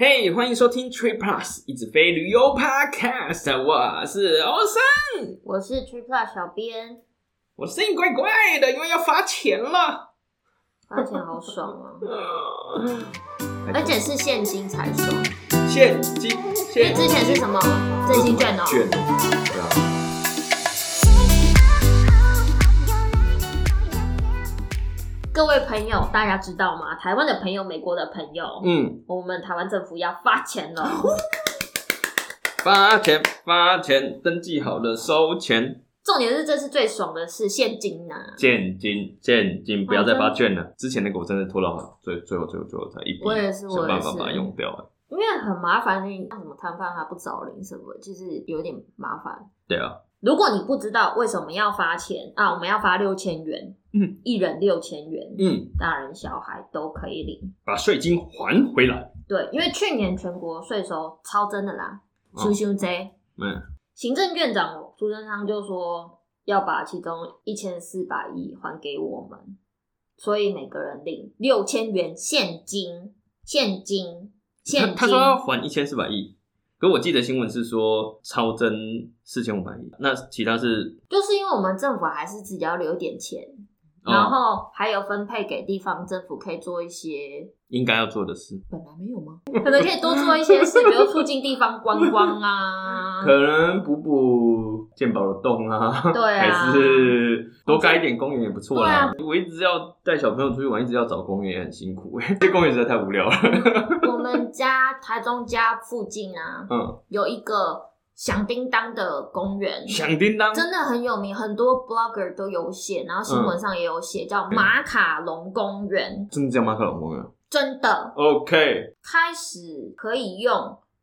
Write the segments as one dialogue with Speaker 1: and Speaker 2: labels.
Speaker 1: 嘿欢迎收听 Trip Plus 一直飞旅游 Podcast，我是欧森，
Speaker 2: 我是 Tree Plus 小编，
Speaker 1: 我声音怪怪的，因为要罚钱了，！
Speaker 2: 发钱好爽啊
Speaker 1: 呃
Speaker 2: 而且是现金才爽，
Speaker 1: 现金，
Speaker 2: 因为
Speaker 1: 现
Speaker 2: 之前是什么振兴券哦、
Speaker 1: 卷，对
Speaker 2: 哦
Speaker 1: 啊，
Speaker 2: 各位朋友，大家知道吗？台湾的朋友，美国的朋友，
Speaker 1: 嗯，
Speaker 2: 我们台湾政府要发钱了，
Speaker 1: 发钱发钱，登记好了收钱，
Speaker 2: 重点是这次最爽的是现金呐、啊！
Speaker 1: 现金现金，不要再
Speaker 2: 哦真
Speaker 1: 发
Speaker 2: 的
Speaker 1: 券了，之前那个我真的拖到很最最后最后最后才一笔，
Speaker 2: 我也是
Speaker 1: 想办法
Speaker 2: 我也是
Speaker 1: 把它用掉了，
Speaker 2: 因为很麻烦，你像什么摊贩他啊不找零什么，就是有点麻烦。
Speaker 1: 对啊，
Speaker 2: 如果你不知道为什么要发钱啊，我们要发六千元，
Speaker 1: 嗯，
Speaker 2: 一人六千元，
Speaker 1: 嗯，
Speaker 2: 大人小孩都可以领。
Speaker 1: 把税金还回来，
Speaker 2: 对，因为去年全国税收超增的啦，
Speaker 1: 哦
Speaker 2: 修修贼。
Speaker 1: 嗯，
Speaker 2: 行政院长苏贞昌就说要把其中一千四百亿还给我们，所以每个人领六千元现金，现金，现
Speaker 1: 他他
Speaker 2: 金。
Speaker 1: 说要还一千四百亿，可我记得新闻是说超增四千五百亿，那其他是
Speaker 2: 就是因为我们政府还是只要留一点钱，
Speaker 1: 哦
Speaker 2: 然后还有分配给地方政府，可以做一些
Speaker 1: 应该要做的事，
Speaker 2: 本来没有吗？可能可以多做一些事，比如促进地方观光啊，
Speaker 1: 可能补补健保的洞啊，
Speaker 2: 对啊
Speaker 1: 还是多盖一点公园也不错啦。
Speaker 2: 对啊
Speaker 1: 我一直要带小朋友出去玩，一直要找公园也很辛苦、 欸，这公园实在太无聊了。
Speaker 2: 我们家台中家附近啊，
Speaker 1: 嗯，
Speaker 2: 有一个响叮当的公园，
Speaker 1: 响叮当，
Speaker 2: 真的很有名，很多 blogger 都有写，然后新闻上也有写，
Speaker 1: 嗯
Speaker 2: 叫马卡龙公园。
Speaker 1: 真的叫马克龙公园
Speaker 2: 真的
Speaker 1: ？OK，
Speaker 2: 开始可以用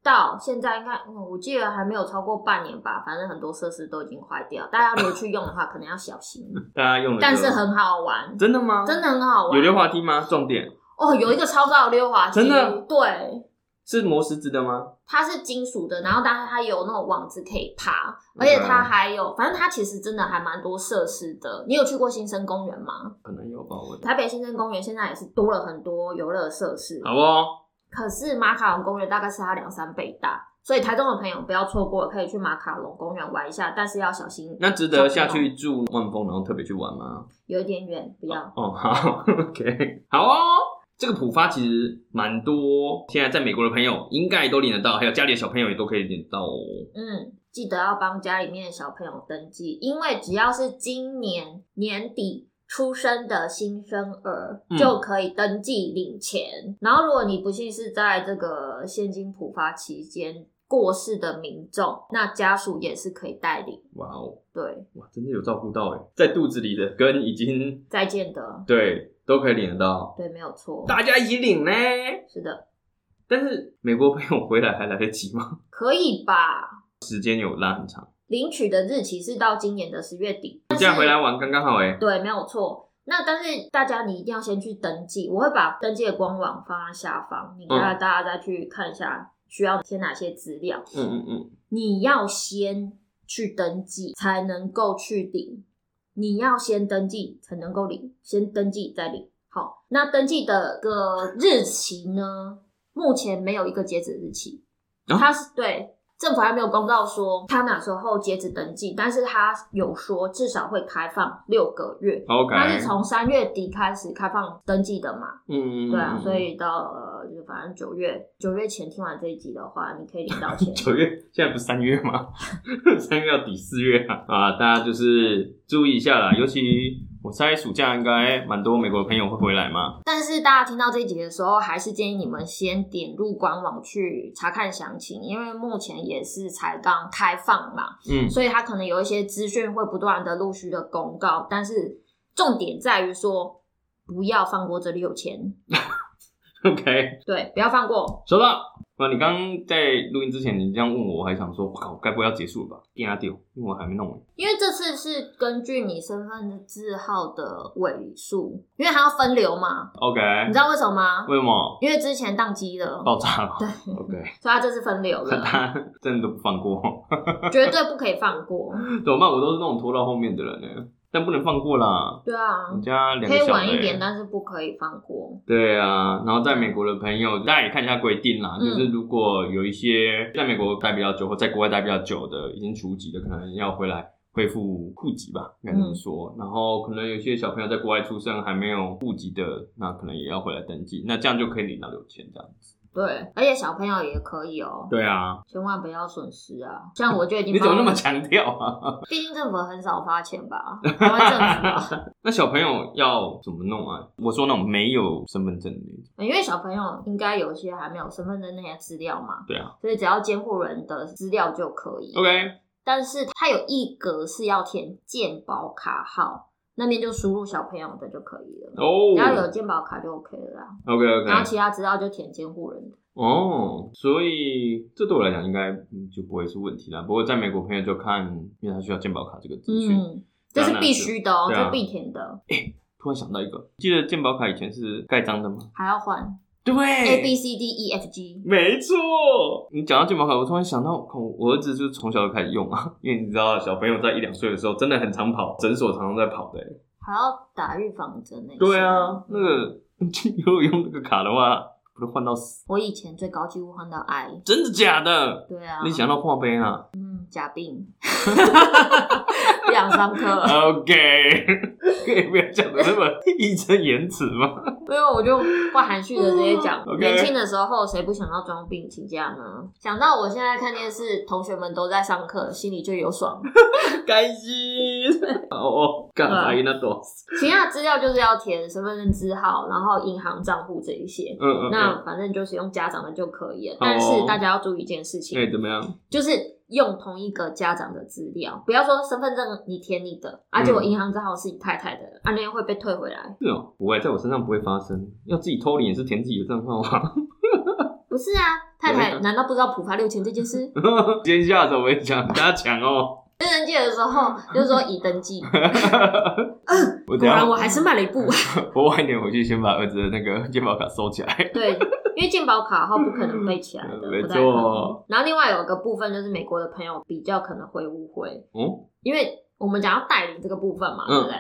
Speaker 2: 到现在，应该、嗯、我记得还没有超过半年吧，反正很多设施都已经坏掉，大家如果去用的话，可能要小 心。
Speaker 1: 大家用了，
Speaker 2: 但是很好玩，
Speaker 1: 真的吗？
Speaker 2: 真的很好玩。
Speaker 1: 有溜滑梯吗？重点
Speaker 2: 哦，有一个超高的溜滑梯，
Speaker 1: 真的
Speaker 2: 对。
Speaker 1: 是磨石子的吗？
Speaker 2: 它是金属的，然后但是它有那种网子可以爬，
Speaker 1: 嗯
Speaker 2: 而且它还有，反正它其实真的还蛮多设施的。你有去过新生公园吗？
Speaker 1: 可能有吧，我
Speaker 2: 台北新生公园现在也是多了很多游乐设施，
Speaker 1: 好哦，
Speaker 2: 可是马卡龙公园大概是它两三倍大，所以台中的朋友不要错过，可以去马卡龙公园玩一下，但是要小心，
Speaker 1: 那值得下去住万丰，然后特别去玩吗？
Speaker 2: 有一点远，不要。
Speaker 1: 哦，好，OK，好哦。这个浦发其实蛮多，现在在美国的朋友应该都领得到，还有家里的小朋友也都可以领得到哦。
Speaker 2: 嗯，记得要帮家里面的小朋友登记，因为只要是今年年底出生的新生儿、
Speaker 1: 嗯
Speaker 2: 就可以登记领钱。然后，如果你不幸是在这个现金普发期间过世的民众，那家属也是可以代理。
Speaker 1: 哇哦，
Speaker 2: 对，
Speaker 1: 哇，真的有照顾到哎，在肚子里的跟已经
Speaker 2: 再见的，
Speaker 1: 对都可以领得到，
Speaker 2: 对，没有错，
Speaker 1: 大家一起领呢。
Speaker 2: 是的，
Speaker 1: 但是美国朋友回来还来得及吗？
Speaker 2: 可以吧？
Speaker 1: 时间有拉很长，
Speaker 2: 领取的日期是到今年的十月底，
Speaker 1: 你这样回来玩刚刚好哎。
Speaker 2: 对，没有错。那但是大家你一定要先去登记，我会把登记的官网放在下方，你大家大家再去看一下需要填哪些资料。
Speaker 1: 嗯嗯嗯，
Speaker 2: 你要先去登记才能够去领，你要先登记才能够领，先登记再领。好，那登记的个日期呢？目前没有一个截止日期，
Speaker 1: 啊
Speaker 2: 它是对政府还没有公告说它哪时候截止登记，但是它有说至少会开放六个月。
Speaker 1: OK，
Speaker 2: 它是从三月底开始开放登记的嘛？
Speaker 1: 嗯，。
Speaker 2: 对啊，所以到呃，就反正九月九月前听完这一集的话，你可以领到 钱
Speaker 1: 九月现在不是三月吗？ 三月要抵四月啊！啊，大家就是注意一下啦，尤其我猜暑假应该蛮多美国的朋友会回来嘛。
Speaker 2: 但是大家听到这一集的时候，还是建议你们先点入官网去查看详情，因为目前也是才刚开放嘛，
Speaker 1: 嗯，
Speaker 2: 所以它可能有一些资讯会不断的陆续的公告，但是重点在于说不要放过这六千，
Speaker 1: OK，
Speaker 2: 对，不要放过，
Speaker 1: 收到。啊，你刚刚在录音之前，你这样问我，我还想说，我靠，该不会要结束了吧？定啊丢，因为我还没弄完。
Speaker 2: 因为这次是根据你身份字号的尾数，因为它要分流嘛，
Speaker 1: OK，
Speaker 2: 你知道为什么吗？
Speaker 1: 为什么
Speaker 2: 因为之前宕机了，
Speaker 1: 爆炸了
Speaker 2: 对，
Speaker 1: ？OK，
Speaker 2: 所以它这次分流
Speaker 1: 大
Speaker 2: 了，
Speaker 1: 家真的都不放过，
Speaker 2: 绝对不可以放过。
Speaker 1: 怎么办？我都是那种拖到后面的人呢。但不能放过啦。
Speaker 2: 对啊
Speaker 1: 我，家两
Speaker 2: 可
Speaker 1: 个
Speaker 2: 以
Speaker 1: 小
Speaker 2: 晚
Speaker 1: 的、
Speaker 2: 一点，
Speaker 1: 欸，
Speaker 2: 但是不可以放过。
Speaker 1: 对啊。然后在美国的朋友，大家也看一下规定啦，
Speaker 2: 嗯
Speaker 1: 就是如果有一些在美国待比较久或在国外待比较久的，已经除籍的，可能要回来。恢复户籍吧，应该这么说。
Speaker 2: 嗯
Speaker 1: 然后可能有些小朋友在国外出生还没有户籍的，那可能也要回来登记。那这样就可以领到六千这样。
Speaker 2: 对，而且小朋友也可以哦、
Speaker 1: 对啊，
Speaker 2: 千万不要损失啊！像我就已经
Speaker 1: 你怎么
Speaker 2: 帮
Speaker 1: 那么强调啊？
Speaker 2: 毕竟政府很少发钱吧，台湾政府啊、
Speaker 1: 那小朋友要怎么弄啊？我说那种没有身份证的那种，
Speaker 2: 因为小朋友应该有些还没有身份证那些资料嘛，
Speaker 1: 对啊。
Speaker 2: 所以只要监护人的资料就可以。
Speaker 1: OK，
Speaker 2: 但是它有一格是要填健保卡号，那边就输入小朋友的就可以了，只要有
Speaker 1: 哦、啊
Speaker 2: 健保卡就 OK 了啦。
Speaker 1: o k
Speaker 2: 然后
Speaker 1: OK，
Speaker 2: 其他资料就填监护人的。
Speaker 1: 哦，所以这对我来讲应该嗯就不会是问题啦。不过在美国朋友就看，因为他需要健保卡这个资讯。
Speaker 2: 嗯，这是必须的哦、
Speaker 1: 对啊
Speaker 2: 这必填的，
Speaker 1: 突然想到一个，记得健保卡以前是盖章的吗？
Speaker 2: 还要换
Speaker 1: 对
Speaker 2: A B C D E F G。
Speaker 1: 没错，你讲到健保卡，我突然想到，靠我儿子就是从小就开始用啊，因为你知道小朋友在一两岁的时候真的很常跑诊所，常常在跑的、欸
Speaker 2: 还要打预防针那些
Speaker 1: 对啊，那
Speaker 2: 嗯
Speaker 1: 个 如果用那个卡的话，不是换到死？
Speaker 2: 我以前最高纪录换到 I，
Speaker 1: 真的假的？
Speaker 2: 对啊，
Speaker 1: 你想到破杯啊
Speaker 2: 嗯假 病，不想上课，
Speaker 1: ？OK，可 以不要讲的那么义正言辞吗？
Speaker 2: 因为我就不含蓄的直接讲
Speaker 1: OK，
Speaker 2: 年轻的时候谁不想要装病请假呢？想到我现在看电视，同学们都在上课，心里就有爽。
Speaker 1: 开心哦，干嘛那多？
Speaker 2: 其他的资料就是要填身份证字号，然后银行账户这一些。
Speaker 1: 嗯嗯，嗯
Speaker 2: 那反正就是用家长的就可以了，但是大家要注意一件事情，
Speaker 1: 哎怎么样？
Speaker 2: 就是用同一个家长的资料，不要说身份证你填你的，而且我银行账号是你太太的，啊，那样会被退回来。
Speaker 1: 是哦，不会，在我身上不会发生。要自己偷领也是填自己的账号啊。
Speaker 2: 不是啊，太太难道不知道普发六千这件事？
Speaker 1: 今天下手为强，大家抢哦。
Speaker 2: 情人节的时候就是说已登记，
Speaker 1: 我
Speaker 2: 果
Speaker 1: 等一下
Speaker 2: 然我还是慢了一步。
Speaker 1: 嗯我晚一点回去先把儿子的那个健保卡收起来。
Speaker 2: 对，因为健保卡号不可能背起来的，
Speaker 1: 嗯没
Speaker 2: 不太可能
Speaker 1: 错。
Speaker 2: 然后另外有一个部分就是美国的朋友比较可能会误会，
Speaker 1: 哦，
Speaker 2: 因为我们讲到代理这个部分嘛，
Speaker 1: 嗯
Speaker 2: 对不对？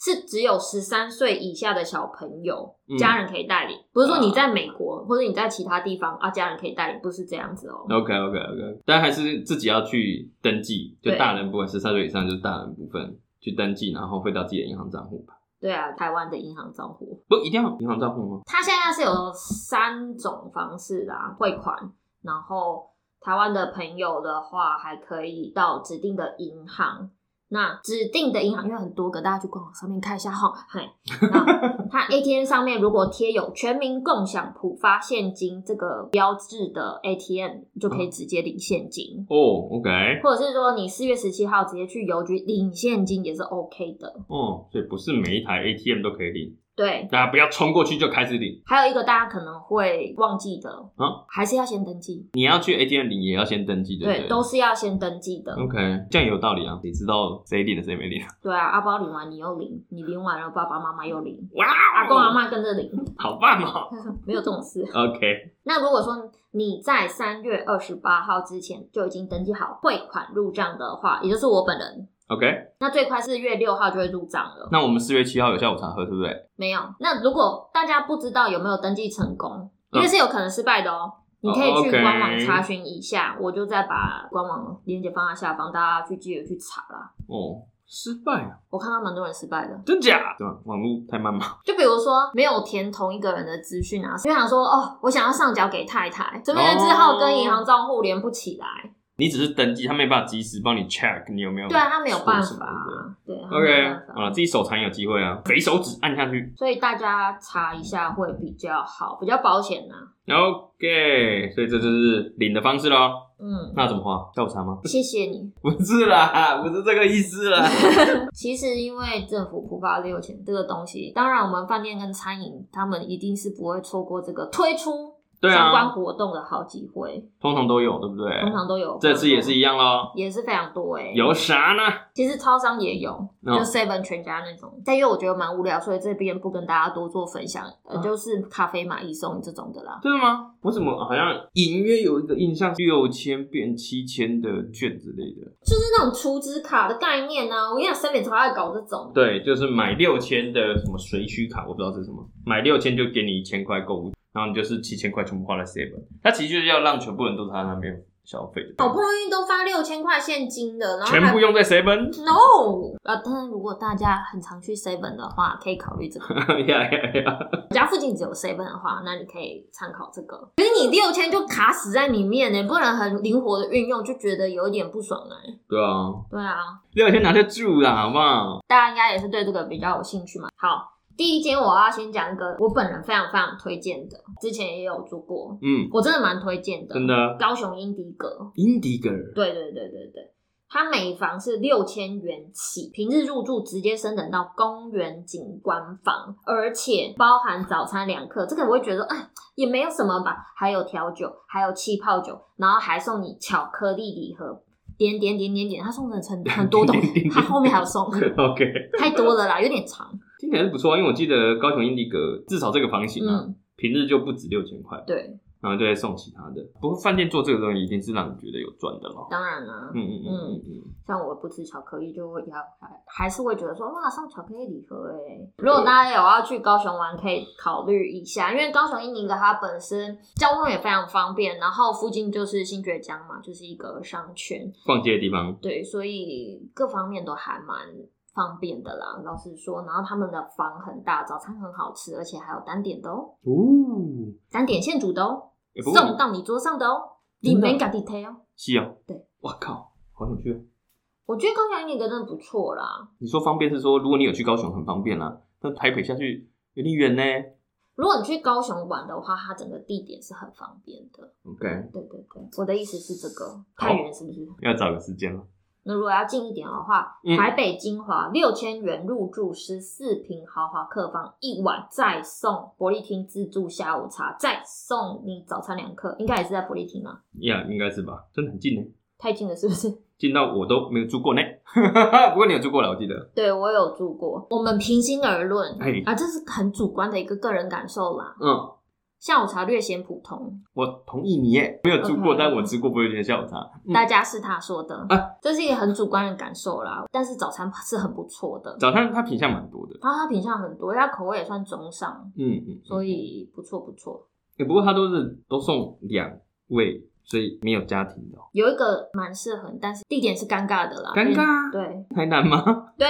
Speaker 2: 是只有十三岁以下的小朋友，
Speaker 1: 嗯
Speaker 2: 家人可以代理，不是说你在美国、或者你在其他地方啊，家人可以代理，不是这样子哦。
Speaker 1: OK OK OK，但还是自己要去登记，就
Speaker 2: 对
Speaker 1: 大人部分，十三岁以上就是大人部分去登记，然后汇到自己的银行账户吧。
Speaker 2: 对啊，台湾的银行账户，
Speaker 1: 不一定要有银行账户吗？
Speaker 2: 它现在是有三种方式啦，汇款，然后台湾的朋友的话，还可以到指定的银行。那指定的银行因为很多个，大家去官网上面看一下哈。嗨，那它 ATM 上面如果贴有“全民共享普发现金”这个标志的 ATM，就可以直接领现金，
Speaker 1: 哦、o k
Speaker 2: 或者是说你四月十七号直接去邮局领现金也是 OK 的。
Speaker 1: 哦，所以不是每一台 ATM 都可以领，
Speaker 2: 对，
Speaker 1: 大家不要冲过去就开始领。
Speaker 2: 还有一个大家可能会忘记的，
Speaker 1: 啊
Speaker 2: 还是要先登记，
Speaker 1: 你要去 ATM 领，也要先登记，对不
Speaker 2: 对，
Speaker 1: 对？嗯
Speaker 2: 都是要先登记的。
Speaker 1: OK，这样也有道理啊，你知道谁领了谁没领。
Speaker 2: 对啊，阿包领完你又领，你领完了爸爸妈妈又领，
Speaker 1: 哇，哦
Speaker 2: 阿公阿，妈跟着领，
Speaker 1: 好棒哦。
Speaker 2: 没有这种事。
Speaker 1: OK，
Speaker 2: 那如果说你在三月二十八号之前就已经登记好汇款入账的话，也就是我本人，
Speaker 1: OK，
Speaker 2: 那最快四月六号就会入账了。
Speaker 1: 那我们四月七号有下午茶喝，对不对？
Speaker 2: 没有，那如果大家不知道有没有登记成功，
Speaker 1: 嗯
Speaker 2: 因为是有可能失败的哦。你可以
Speaker 1: 哦
Speaker 2: 去
Speaker 1: ，OK
Speaker 2: 官网查询一下，我就再把官网链接放在下方，大家去记得去查啦。
Speaker 1: 哦，失败啊，
Speaker 2: 我看到蛮多人失败的，
Speaker 1: 真假？对吧？网络太慢嘛。
Speaker 2: 就比如说没有填同一个人的资讯啊，就想说哦，我想要上缴给太太，身份证字号跟银行账户连不起来，
Speaker 1: 你只是登记，他没办法及时帮你 check 你有没有。
Speaker 2: 对啊，他没有办
Speaker 1: 哦是什
Speaker 2: 法
Speaker 1: 么
Speaker 2: 啊，对他没有
Speaker 1: OK
Speaker 2: 办法
Speaker 1: 啊，自己手残有机会啊，肥手指按下去。
Speaker 2: 所以大家查一下会比较好，比较保险呐、啊
Speaker 1: OK，所以这就是领的方式咯。
Speaker 2: 嗯，
Speaker 1: 那怎么花？下午茶吗？
Speaker 2: 谢谢你。
Speaker 1: 不是啦，不是这个意思 啦。
Speaker 2: 其实因为政府普发六千这个东西，当然我们饭店跟餐饮他们一定是不会错过这个推出。
Speaker 1: 对
Speaker 2: 相关
Speaker 1: 啊，
Speaker 2: 活动的好机会，
Speaker 1: 通常都有，对不对？
Speaker 2: 通常都有。
Speaker 1: 这次也是一样喽。
Speaker 2: 也是非常多哎、
Speaker 1: 有啥呢？
Speaker 2: 其实超商也有，就
Speaker 1: 嗯
Speaker 2: Seven 全家那种。但因为我觉得蛮无聊，所以这边不跟大家多做分享，呃，
Speaker 1: 嗯
Speaker 2: 就是咖啡买一送一这种的啦。
Speaker 1: 真的吗？我怎么好像隐约有一个印象，六千变七千的券之类的。
Speaker 2: 就是那种储值卡的概念呢、啊。我跟你讲，Seven 超爱搞这种。
Speaker 1: 对，就是买六千的什么随区卡，我不知道这是什么，买六千就给你一千块购物，然后你就是七千块全部花在 seven。他其实就是要让全部人都在他那边消费的，
Speaker 2: 好不容易都发六千块现金的，然后
Speaker 1: 全
Speaker 2: 还
Speaker 1: 部用在 seven。
Speaker 2: no 啊！但是如果大家很常去 Seven 的话，可以考虑 这个。
Speaker 1: 呀呀呀！
Speaker 2: 你家附近只有 Seven 的话，那你可以参考这个。可是你六千就卡死在里面呢，不能很灵活的运用，就觉得有一点不爽哎、
Speaker 1: 对啊，
Speaker 2: 对啊，
Speaker 1: 六千拿得住啦，好不好？
Speaker 2: 大家应该也是对这个比较有兴趣嘛。好，第一间我要先讲一个我本人非常非常推荐的，之前也有做过，
Speaker 1: 嗯，
Speaker 2: 我真的蛮推荐的，
Speaker 1: 真。的。
Speaker 2: 高雄英迪格，
Speaker 1: 英迪格尔，
Speaker 2: 对对对对对，它每房是六千元起，平日入住直接升等到公园景观房，而且包含早餐两客，这个我会觉得，哎，也没有什么吧。还有调酒，还有气泡酒，然后还送你巧克力礼盒。点点点点点，他送的很很多东西，他后面还有送，
Speaker 1: OK，
Speaker 2: 太多了啦，有点长。
Speaker 1: 听起来是不错，啊因为我记得高雄英迪格至少这个房型啊，
Speaker 2: 嗯，
Speaker 1: 平日就不止六千块，
Speaker 2: 对，
Speaker 1: 然后就再送其他的。不过饭店做这个东西一定是让你觉得有赚的咯。
Speaker 2: 当然啦、
Speaker 1: 嗯嗯嗯嗯嗯，
Speaker 2: 像我不吃巧克力，就会也还还是会觉得说，哇，送巧克力礼盒哎。如果大家有要去高雄玩，可以考虑一下，因为高雄印尼的它本身交通也非常方便，然后附近就是新觉江嘛，就是一个商圈，
Speaker 1: 逛街的地方，
Speaker 2: 对，所以各方面都还蛮。方便的啦，老实说，然后他们的房很大，早餐很好吃，而且还有单点的哦，
Speaker 1: 哦，
Speaker 2: 单点现煮的哦，
Speaker 1: 也不
Speaker 2: 送
Speaker 1: 过
Speaker 2: 到你桌上的哦，你
Speaker 1: 真的
Speaker 2: 没搞 detail。
Speaker 1: 是哦，
Speaker 2: 对，
Speaker 1: 哇靠，好想去哦。
Speaker 2: 我觉得高雄印尼的真的不错啦，
Speaker 1: 你说方便是说，如果你有去高雄很方便啦，但台北下去有点远呢。
Speaker 2: 如果你去高雄玩的话，它整个地点是很方便的。
Speaker 1: OK，
Speaker 2: 对对对，我的意思是这个太远是不是？
Speaker 1: 要找个时间了。
Speaker 2: 那如果要近一点的话，
Speaker 1: 嗯
Speaker 2: 台北金华六千元入住十四平豪华客房，一晚再送伯利厅自助下午茶，再送你早餐两客，应该也是在伯利厅啊，
Speaker 1: 呀、应该是吧，真的很近呢，
Speaker 2: 太近了是不是？
Speaker 1: 近到我都没有住过呢。 不过你有住过了，我记得。
Speaker 2: 对我有住过，我们平心而论
Speaker 1: 哎
Speaker 2: 啊，这是很主观的一个个人感受啦。
Speaker 1: 嗯，
Speaker 2: 下午茶略显普通，
Speaker 1: 我同意你耶，没有住过
Speaker 2: OK
Speaker 1: 但我吃过不会觉得下午茶。嗯
Speaker 2: 大家是他说的，
Speaker 1: 啊
Speaker 2: 这是一个很主观的感受啦。但是早餐是很不错的，
Speaker 1: 早餐它品相蛮多的，
Speaker 2: 然后它品相很多，它口味也算中上，
Speaker 1: 嗯嗯，
Speaker 2: 所以不错不错。
Speaker 1: 欸不过它都是都送两位，所以没有家庭的哦、
Speaker 2: 有一个蛮适合你，但是地点是尴尬的啦，
Speaker 1: 尴尬啊
Speaker 2: 对
Speaker 1: 台南吗？
Speaker 2: 对，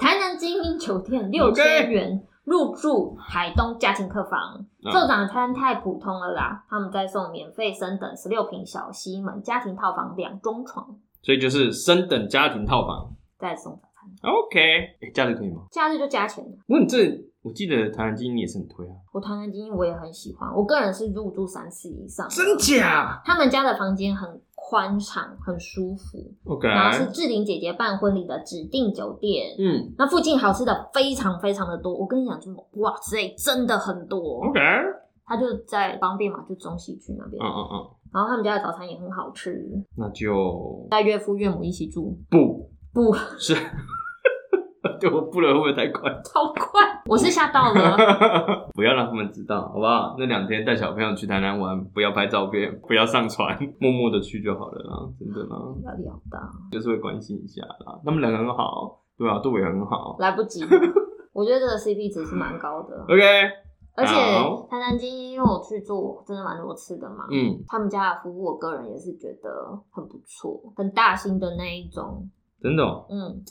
Speaker 2: 台南精英酒店六
Speaker 1: OK
Speaker 2: 千元。入住海东家庭客房，
Speaker 1: 嗯
Speaker 2: 这早餐太普通了啦！他们在送免费升等十六平小西门家庭套房两中床，
Speaker 1: 所以就是升等家庭套房。
Speaker 2: 再送早餐，
Speaker 1: OK，哎、假日可以吗？
Speaker 2: 假日就加钱了。
Speaker 1: 不过你这我记得台南经营也是很推啊，
Speaker 2: 我台南精英我也很喜欢，我个人是入住三次以上的，
Speaker 1: 假
Speaker 2: 他们家的房间很宽敞，很舒服，
Speaker 1: ？OK，
Speaker 2: 然后是志玲姐姐办婚礼的指定酒店。
Speaker 1: 嗯
Speaker 2: 那附近好吃的非常非常的多，我跟你讲，真的哇塞，真的很多。
Speaker 1: ，OK，嗯
Speaker 2: 它就在方便嘛，就中西区那边。
Speaker 1: 嗯嗯，
Speaker 2: 然后他们家的早餐也很好吃，
Speaker 1: 那就
Speaker 2: 带岳父岳母一起住，
Speaker 1: 不
Speaker 2: 不，
Speaker 1: 是，对我不能会不会太快？
Speaker 2: 超快，我是吓 到了。
Speaker 1: 不要让他们知道，好不好？那两天带小朋友去台南玩，不要拍照片，不要上传，默默的去就好了啦，真的啦，
Speaker 2: 要聊到
Speaker 1: 就是会关心一下啦。他们人很好，对啊，对我也很好。
Speaker 2: 来不及了，我觉得这个 CP 值是蛮高的，
Speaker 1: OK，
Speaker 2: 而且
Speaker 1: 好
Speaker 2: 台南精英因为我去做真的蛮多次的嘛，
Speaker 1: 嗯，
Speaker 2: 他们家的服务，我个人也是觉得很不错，很大型的那一种，
Speaker 1: 真的、哦、
Speaker 2: 嗯，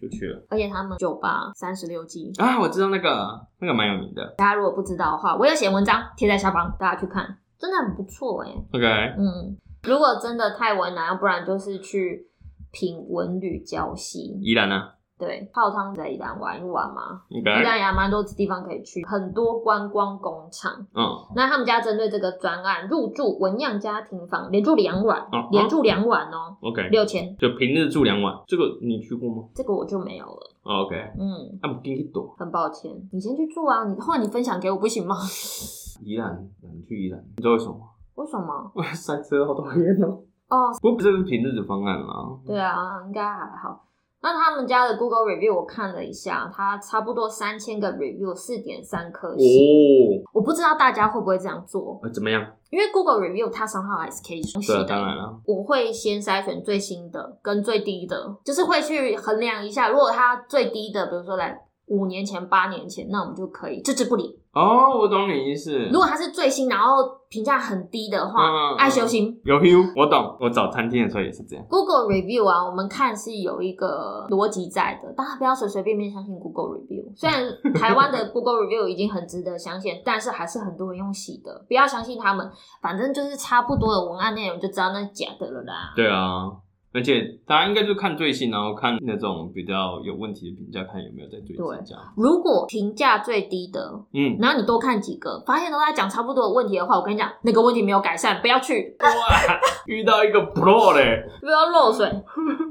Speaker 1: 就去了
Speaker 2: 而且他们酒吧三十六计，
Speaker 1: 啊！我知道那个那个蛮有名的。
Speaker 2: 大家如果不知道的话，我有写文章贴在下方，大家去看，真的很不错哎、
Speaker 1: OK，
Speaker 2: 嗯，如果真的太为难，要不然就是去品文旅礁溪，
Speaker 1: 宜兰啊
Speaker 2: 对，泡汤在宜兰玩一玩嘛，
Speaker 1: ，OK，
Speaker 2: 宜兰也蛮多地方可以去，很多观光工厂。
Speaker 1: 嗯，
Speaker 2: 那他们家针对这个专案，入住文样家庭房，连住两晚
Speaker 1: 嗯，
Speaker 2: 连住两晚哦，
Speaker 1: ，OK，
Speaker 2: 六千，
Speaker 1: 就平日住两晚，这个你去过吗
Speaker 2: 这个我就没有了。
Speaker 1: 哦？OK，
Speaker 2: 嗯，
Speaker 1: 那我给你躲。
Speaker 2: 很抱歉，你先去住啊，你后来你分享给我不行吗？
Speaker 1: 宜兰，嗯去宜兰，你知道为什么吗？
Speaker 2: 为什么？
Speaker 1: 哇， 塞车好讨厌哦。
Speaker 2: 哦，
Speaker 1: 不过这是平日的方案啦。
Speaker 2: 对啊，应该还好。那他们家的 Google review 我看了一下，它差不多三千个 review，四点三颗星。
Speaker 1: 哦，
Speaker 2: 我不知道大家会不会这样做，
Speaker 1: 呃，怎么样？
Speaker 2: 因为 Google review 它上号 SK 东西
Speaker 1: 对啊，
Speaker 2: 的，
Speaker 1: 当然了，
Speaker 2: 我会先筛选最新的跟最低的，就是会去衡量一下，如果它最低的，比如说来五年前、八年前，那我们就可以置之不理；
Speaker 1: 哦，我懂你意思。
Speaker 2: 如果它是最新，然后评价很低的话，
Speaker 1: 嗯嗯
Speaker 2: 爱修心。
Speaker 1: 有 Q，我懂。我找餐厅的时候也是这样。
Speaker 2: Google review 啊，我们看是有一个逻辑在的，大家不要随随便便相信 Google review。虽然台湾 的 Google review 已经很值得相信，但是还是很多人用洗的，不要相信他们。反正就是差不多的文案内容就知道那是假的了啦。
Speaker 1: 对啊，而且大家应该就看最新，然后看那种比较有问题的评价，看有没有在最
Speaker 2: 对
Speaker 1: 新这样。
Speaker 2: 如果评价最低的
Speaker 1: 嗯，
Speaker 2: 然后你多看几个，发现都在讲差不多的问题的话，我跟你讲，那个问题没有改善，不要去，
Speaker 1: 哇， 遇到一个 Pro 嘞，
Speaker 2: 不要漏水。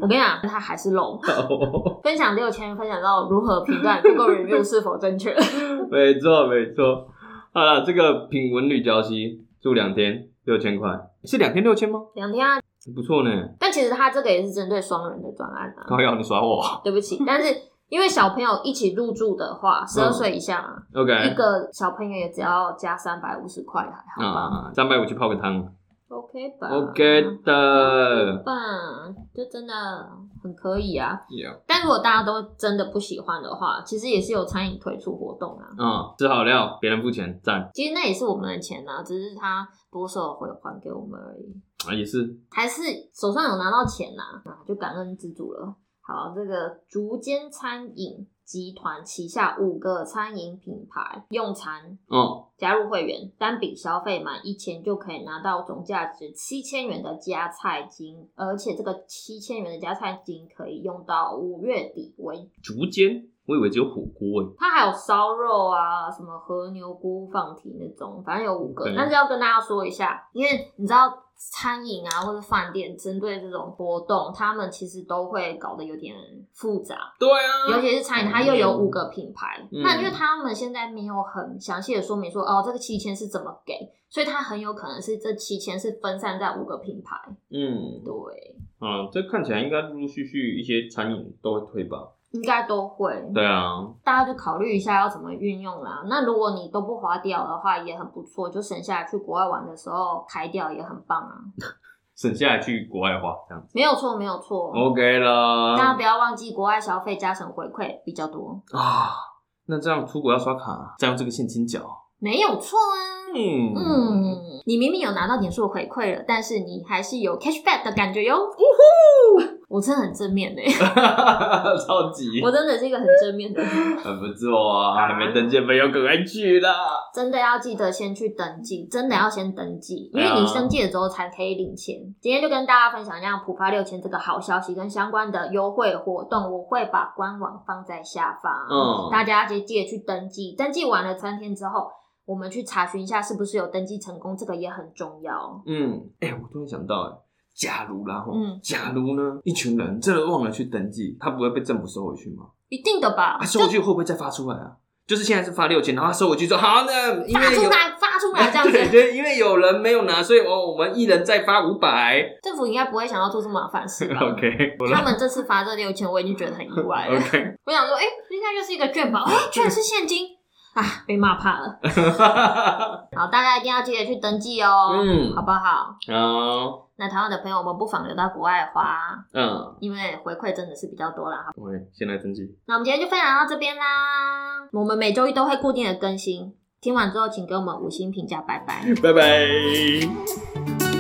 Speaker 2: 我跟你讲，它还是漏。分享六千，分享到如何评断 Google review 是否正确。
Speaker 1: 没错没错。好了，这个品文旅礁溪住两天六千块，是两天六千吗？
Speaker 2: 两天啊，
Speaker 1: 不错呢，
Speaker 2: 但其实它这个也是针对双人的专案啊。
Speaker 1: 高瑶你耍我
Speaker 2: 对不起，但是因为小朋友一起入住的话，十二
Speaker 1: 嗯
Speaker 2: 岁以下嘛，
Speaker 1: ，OK
Speaker 2: 一个小朋友也只要加三百五十块，还好吧、
Speaker 1: 啊，三百五去泡个汤
Speaker 2: o k 吧
Speaker 1: ，OK 的。
Speaker 2: 吧，就真的很可以啊。
Speaker 1: Yeah
Speaker 2: 但如果大家都真的不喜欢的话，其实也是有餐饮推出活动啊。
Speaker 1: 嗯，吃好料，别人付钱，赞
Speaker 2: 其实那也是我们的钱啊，只是他多少会还给我们而已，
Speaker 1: 啊，也是
Speaker 2: 还是手上有拿到钱呐、啊，就感恩知足了。好，这个竹间餐饮集团旗下五个餐饮品牌用餐。
Speaker 1: 哦，
Speaker 2: 加入会员，单笔消费满一千就可以拿到总价值七千元的加菜金，而且这个七千元的加菜金可以用到五月底为
Speaker 1: 竹间，我以为只有火锅欸诶，
Speaker 2: 它还有烧肉啊，什么和牛菇放题那种，反正有五个。
Speaker 1: 对
Speaker 2: 但是要跟大家说一下，因为你知道餐饮啊或者饭店针对这种活动，他们其实都会搞得有点复杂，
Speaker 1: 对啊
Speaker 2: 尤其是餐饮，它又有五个品牌。
Speaker 1: 嗯
Speaker 2: 那因为他们现在没有很详细的说明说哦，这个七千是怎么给，所以它很有可能是这七千是分散在五个品牌。
Speaker 1: 嗯，
Speaker 2: 对，
Speaker 1: 啊，这看起来应该陆陆续续一些餐饮都会推吧？
Speaker 2: 应该都会。
Speaker 1: 对啊，
Speaker 2: 大家就考虑一下要怎么运用啦。那如果你都不花掉的话，也很不错，就省下来去国外玩的时候开掉也很棒啊。
Speaker 1: 省下来去国外花这样子
Speaker 2: 没有错，没有错。
Speaker 1: ，OK 啦。
Speaker 2: 大家不要忘记，国外消费加成回馈比较多，
Speaker 1: 啊，那这样出国要刷卡，再用这个现金缴，
Speaker 2: 没有错啊。
Speaker 1: 嗯
Speaker 2: 嗯，你明明有拿到点数回馈了，但是你还是有 cashback 的感觉哟。呜呼， 我真的很正面呢、
Speaker 1: 超级
Speaker 2: 我真的是一个很正面的人。
Speaker 1: 很不错啊，还没登记的朋友赶快去啦。
Speaker 2: 真的要记得先去登记，真的要先登记，因
Speaker 1: 对
Speaker 2: 为
Speaker 1: 啊
Speaker 2: 你登记了之后才可以领钱。今天就跟大家分享一下浦发六千这个好消息跟相关的优惠活动，我会把官网放在下方，
Speaker 1: 嗯
Speaker 2: 大家记记得去登记。登记完了三天之后，我们去查询一下是不是有登记成功，这个也很重要。
Speaker 1: 嗯，哎、我突然想到、哎，假如啦，吼
Speaker 2: 嗯
Speaker 1: 假如呢，一群人真的忘了去登记，他不会被政府收回去吗？
Speaker 2: 一定的吧
Speaker 1: 啊，？收回去会不会再发出来啊？就是现在是发六千，然后他收回去说好，那因
Speaker 2: 发
Speaker 1: 为
Speaker 2: 出
Speaker 1: 有
Speaker 2: 来，发出来，这样
Speaker 1: 对，
Speaker 2: 子，
Speaker 1: 对，因为有人没有拿，所以哦我我们一人再发五百。
Speaker 2: 政府应该不会想要做这么麻烦事 吧？
Speaker 1: OK，我
Speaker 2: 他
Speaker 1: 来
Speaker 2: 们这次发这六千，我已经觉得很意 外了。
Speaker 1: OK，
Speaker 2: 我想说，哎、应该就是一个券吧？哎、居然是现金啊！被骂怕了。好，大家一定要记得去登记哦，
Speaker 1: 嗯
Speaker 2: 好不好？
Speaker 1: 好，
Speaker 2: 那台湾的朋友，我们不妨留到国外花，
Speaker 1: 嗯，
Speaker 2: 因为回馈真的是比较多啦。
Speaker 1: 我先来登记。
Speaker 2: 那我们今天就分享到这边啦，我们每周一都会固定
Speaker 1: 嗯
Speaker 2: 的更新。听完之后，请给我们五星评价，拜拜。
Speaker 1: 拜拜。